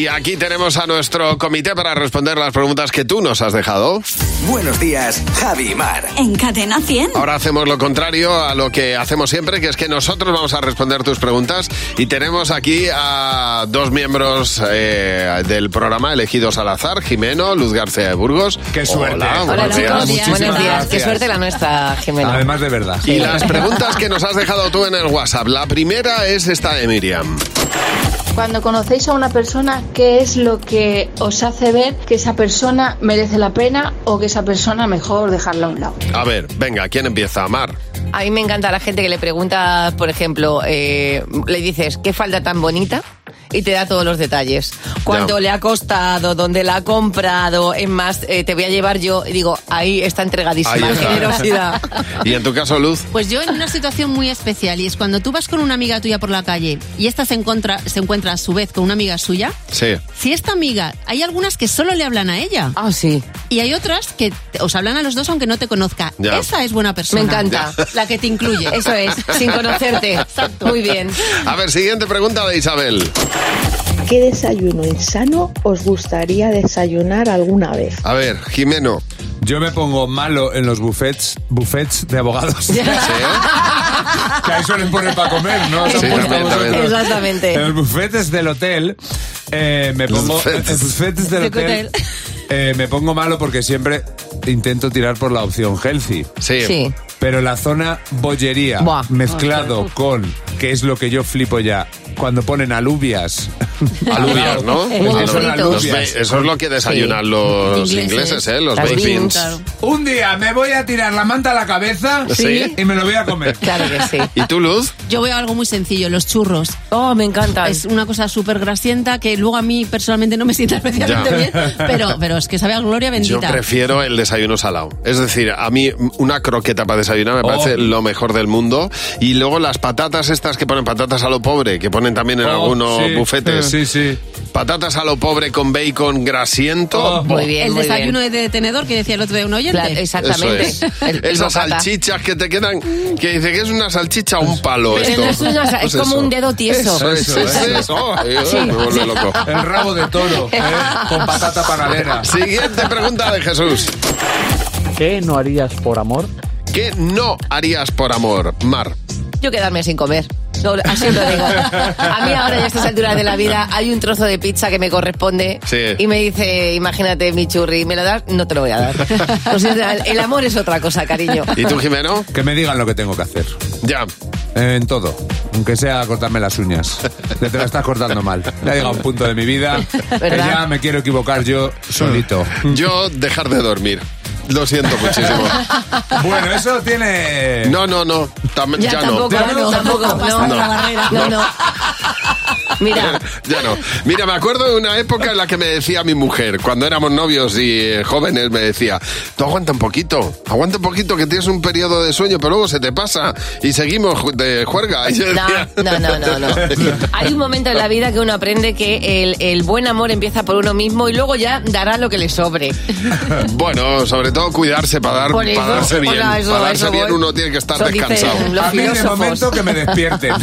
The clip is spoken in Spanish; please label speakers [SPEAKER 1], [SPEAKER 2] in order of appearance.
[SPEAKER 1] Y aquí tenemos a nuestro comité para responder las preguntas que tú nos has dejado.
[SPEAKER 2] Buenos días, Javi y Mar.
[SPEAKER 3] En Cadena 100.
[SPEAKER 1] Ahora hacemos lo contrario a lo que hacemos siempre, que es que nosotros vamos a responder tus preguntas y tenemos aquí a dos miembros eh, del programa elegidos al azar, Jimeno, Luz García de Burgos.
[SPEAKER 4] Qué suerte.
[SPEAKER 1] Hola,
[SPEAKER 5] Hola,
[SPEAKER 1] buenos días.
[SPEAKER 5] buenos días.
[SPEAKER 4] Muchísimas
[SPEAKER 5] Buenos días. Qué
[SPEAKER 4] gracias.
[SPEAKER 5] suerte la nuestra, Jimena.
[SPEAKER 4] Además de verdad.
[SPEAKER 1] Y las preguntas que nos has dejado tú en el WhatsApp. La primera es esta de Miriam.
[SPEAKER 6] Cuando conocéis a una persona, ¿qué es lo que os hace ver que esa persona merece la pena o que esa persona mejor dejarla a un lado?
[SPEAKER 1] A ver, venga, ¿quién empieza? Mar.
[SPEAKER 5] A mí me encanta la gente que le pregunta, por ejemplo, eh, le dices, ¿qué falda tan bonita? Y te da todos los detalles. Cuánto
[SPEAKER 1] Ya.
[SPEAKER 5] le ha costado, dónde la ha comprado, es más, eh, te voy a llevar yo. Y digo, ahí está entregadísima.
[SPEAKER 1] Ahí está.
[SPEAKER 5] Generosidad.
[SPEAKER 1] Y en tu caso, Luz.
[SPEAKER 7] Pues yo en una situación muy especial y es cuando tú vas con una amiga tuya por la calle y esta se encuentra, se encuentra a su vez con una amiga suya,
[SPEAKER 1] Sí.
[SPEAKER 7] si esta amiga, hay algunas que solo le hablan a ella
[SPEAKER 5] Ah, sí.
[SPEAKER 7] y hay otras que te- os hablan a los dos aunque no te conozca.
[SPEAKER 1] Ya.
[SPEAKER 7] Esa es buena persona.
[SPEAKER 5] Me encanta.
[SPEAKER 7] La que te incluye.
[SPEAKER 5] Eso es, sin conocerte. Muy bien.
[SPEAKER 1] A ver, siguiente pregunta de Isabel.
[SPEAKER 8] ¿Qué desayuno insano os gustaría desayunar alguna vez?
[SPEAKER 1] A ver, Jimeno.
[SPEAKER 4] Yo me pongo malo en los buffets, buffets de abogados.
[SPEAKER 1] ¿Sí?
[SPEAKER 4] que ahí suelen poner para comer, ¿no?
[SPEAKER 1] Sí,
[SPEAKER 4] Tampoco
[SPEAKER 1] también,
[SPEAKER 4] vosotros.
[SPEAKER 1] también.
[SPEAKER 5] Exactamente.
[SPEAKER 4] En los buffetes del hotel eh, me pongo
[SPEAKER 1] Buffets.
[SPEAKER 4] en buffetes del
[SPEAKER 7] De
[SPEAKER 4] hotel
[SPEAKER 7] hotel.
[SPEAKER 4] eh, me pongo malo porque siempre intento tirar por la opción healthy.
[SPEAKER 1] Sí.
[SPEAKER 5] Sí.
[SPEAKER 4] Pero la zona bollería
[SPEAKER 5] Buah.
[SPEAKER 4] mezclado con que es lo que yo flipo ya cuando ponen alubias.
[SPEAKER 1] Alubias, ¿no?
[SPEAKER 5] Huevos
[SPEAKER 1] Eso-
[SPEAKER 5] fritos.
[SPEAKER 1] los ba- eso es lo que desayunan los
[SPEAKER 7] Ingleses.
[SPEAKER 1] ingleses, ¿eh? Los
[SPEAKER 5] Las
[SPEAKER 1] baked beans.
[SPEAKER 5] beans.
[SPEAKER 7] Claro.
[SPEAKER 4] Un día me voy a tirar la manta a la cabeza
[SPEAKER 1] Sí.
[SPEAKER 4] y me lo voy a comer.
[SPEAKER 5] Claro que sí.
[SPEAKER 1] ¿Y tú, Luz?
[SPEAKER 7] Yo veo algo muy sencillo, los churros.
[SPEAKER 5] Oh, me encanta.
[SPEAKER 7] Es una cosa súper grasienta que luego a mí personalmente no me sienta especialmente
[SPEAKER 1] Ya.
[SPEAKER 7] bien, pero, pero es que sabe a gloria
[SPEAKER 1] Yo
[SPEAKER 7] bendita.
[SPEAKER 1] prefiero el desayuno salado. Es decir, a mí una croqueta para desayunar me
[SPEAKER 4] Oh.
[SPEAKER 1] parece lo mejor del mundo. Y luego las patatas estas que ponen patatas a lo pobre, que ponen también en
[SPEAKER 4] Oh,
[SPEAKER 1] algunos
[SPEAKER 4] sí,
[SPEAKER 1] bufetes.
[SPEAKER 4] Sí, sí.
[SPEAKER 1] Patatas a lo pobre con bacon grasiento.
[SPEAKER 4] Oh.
[SPEAKER 1] Buah,
[SPEAKER 5] Muy bien,
[SPEAKER 7] el
[SPEAKER 5] muy bien.
[SPEAKER 7] desayuno de tenedor que decía el otro de un oyente.
[SPEAKER 5] Claro,
[SPEAKER 1] Eso
[SPEAKER 5] exactamente.
[SPEAKER 1] es.
[SPEAKER 5] El- el
[SPEAKER 1] Esas
[SPEAKER 5] bocata.
[SPEAKER 1] salchichas que te quedan, que dice que es una salchicha o un palo
[SPEAKER 5] Pero
[SPEAKER 1] esto. Pues
[SPEAKER 5] no es una sal- es como un dedo tieso.
[SPEAKER 1] Eso, es,
[SPEAKER 4] Eso,
[SPEAKER 1] eso
[SPEAKER 4] eso.
[SPEAKER 1] es. Ay, ay, me vuelve loco.
[SPEAKER 4] El rabo de toro, ¿eh? con patata panadera.
[SPEAKER 1] Siguiente pregunta de Jesús.
[SPEAKER 9] ¿Qué no harías por amor?
[SPEAKER 1] ¿Qué no harías por amor, Mar?
[SPEAKER 5] Yo quedarme sin comer. No, así os lo digo. A mí ahora, ya a estas alturas de la vida, hay un trozo de pizza que me corresponde
[SPEAKER 1] Sí.
[SPEAKER 5] y me dice, imagínate mi churri, ¿me lo das? No te lo voy a dar. Lo siento, el amor es otra cosa, cariño.
[SPEAKER 1] ¿Y tú, Jimeno?
[SPEAKER 4] Que me digan lo que tengo que hacer. eh,
[SPEAKER 1] Ya.
[SPEAKER 4] En todo. Aunque sea cortarme las uñas. Ya te la estás cortando mal. Ya ha llegado un punto de mi vida que
[SPEAKER 5] ¿Verdad?
[SPEAKER 4] ya me quiero equivocar yo solito.
[SPEAKER 1] Yo dejar de dormir. Lo siento muchísimo.
[SPEAKER 4] Bueno, eso tiene...
[SPEAKER 1] No, no, no. Tam- ya,
[SPEAKER 5] Ya,
[SPEAKER 1] no.
[SPEAKER 5] tampoco,
[SPEAKER 4] Ya no,
[SPEAKER 5] no, tampoco.
[SPEAKER 7] tampoco.
[SPEAKER 5] No,
[SPEAKER 7] No.
[SPEAKER 5] no, no. Mira,
[SPEAKER 1] Ya no. Mira, me acuerdo de una época en la que me decía mi mujer, cuando éramos novios y eh, jóvenes, me decía, tú aguanta un poquito, aguanta un poquito que tienes un periodo de sueño, pero luego se te pasa y seguimos ju- de juerga. Y yo decía-
[SPEAKER 5] No, no, no, no, no. Hay un momento en la vida que uno aprende que el, el buen amor empieza por uno mismo y luego ya dará lo que le sobre.
[SPEAKER 1] Bueno, sobre todo cuidarse para, dar,
[SPEAKER 5] Por eso,
[SPEAKER 1] para darse bien.
[SPEAKER 5] hola, eso-
[SPEAKER 1] para darse
[SPEAKER 5] eso
[SPEAKER 1] bien
[SPEAKER 5] voy.
[SPEAKER 1] uno tiene que estar
[SPEAKER 5] Eso dicen
[SPEAKER 1] descansado.
[SPEAKER 5] los
[SPEAKER 4] A mí en el
[SPEAKER 5] filósofos.
[SPEAKER 4] momento que me despierten.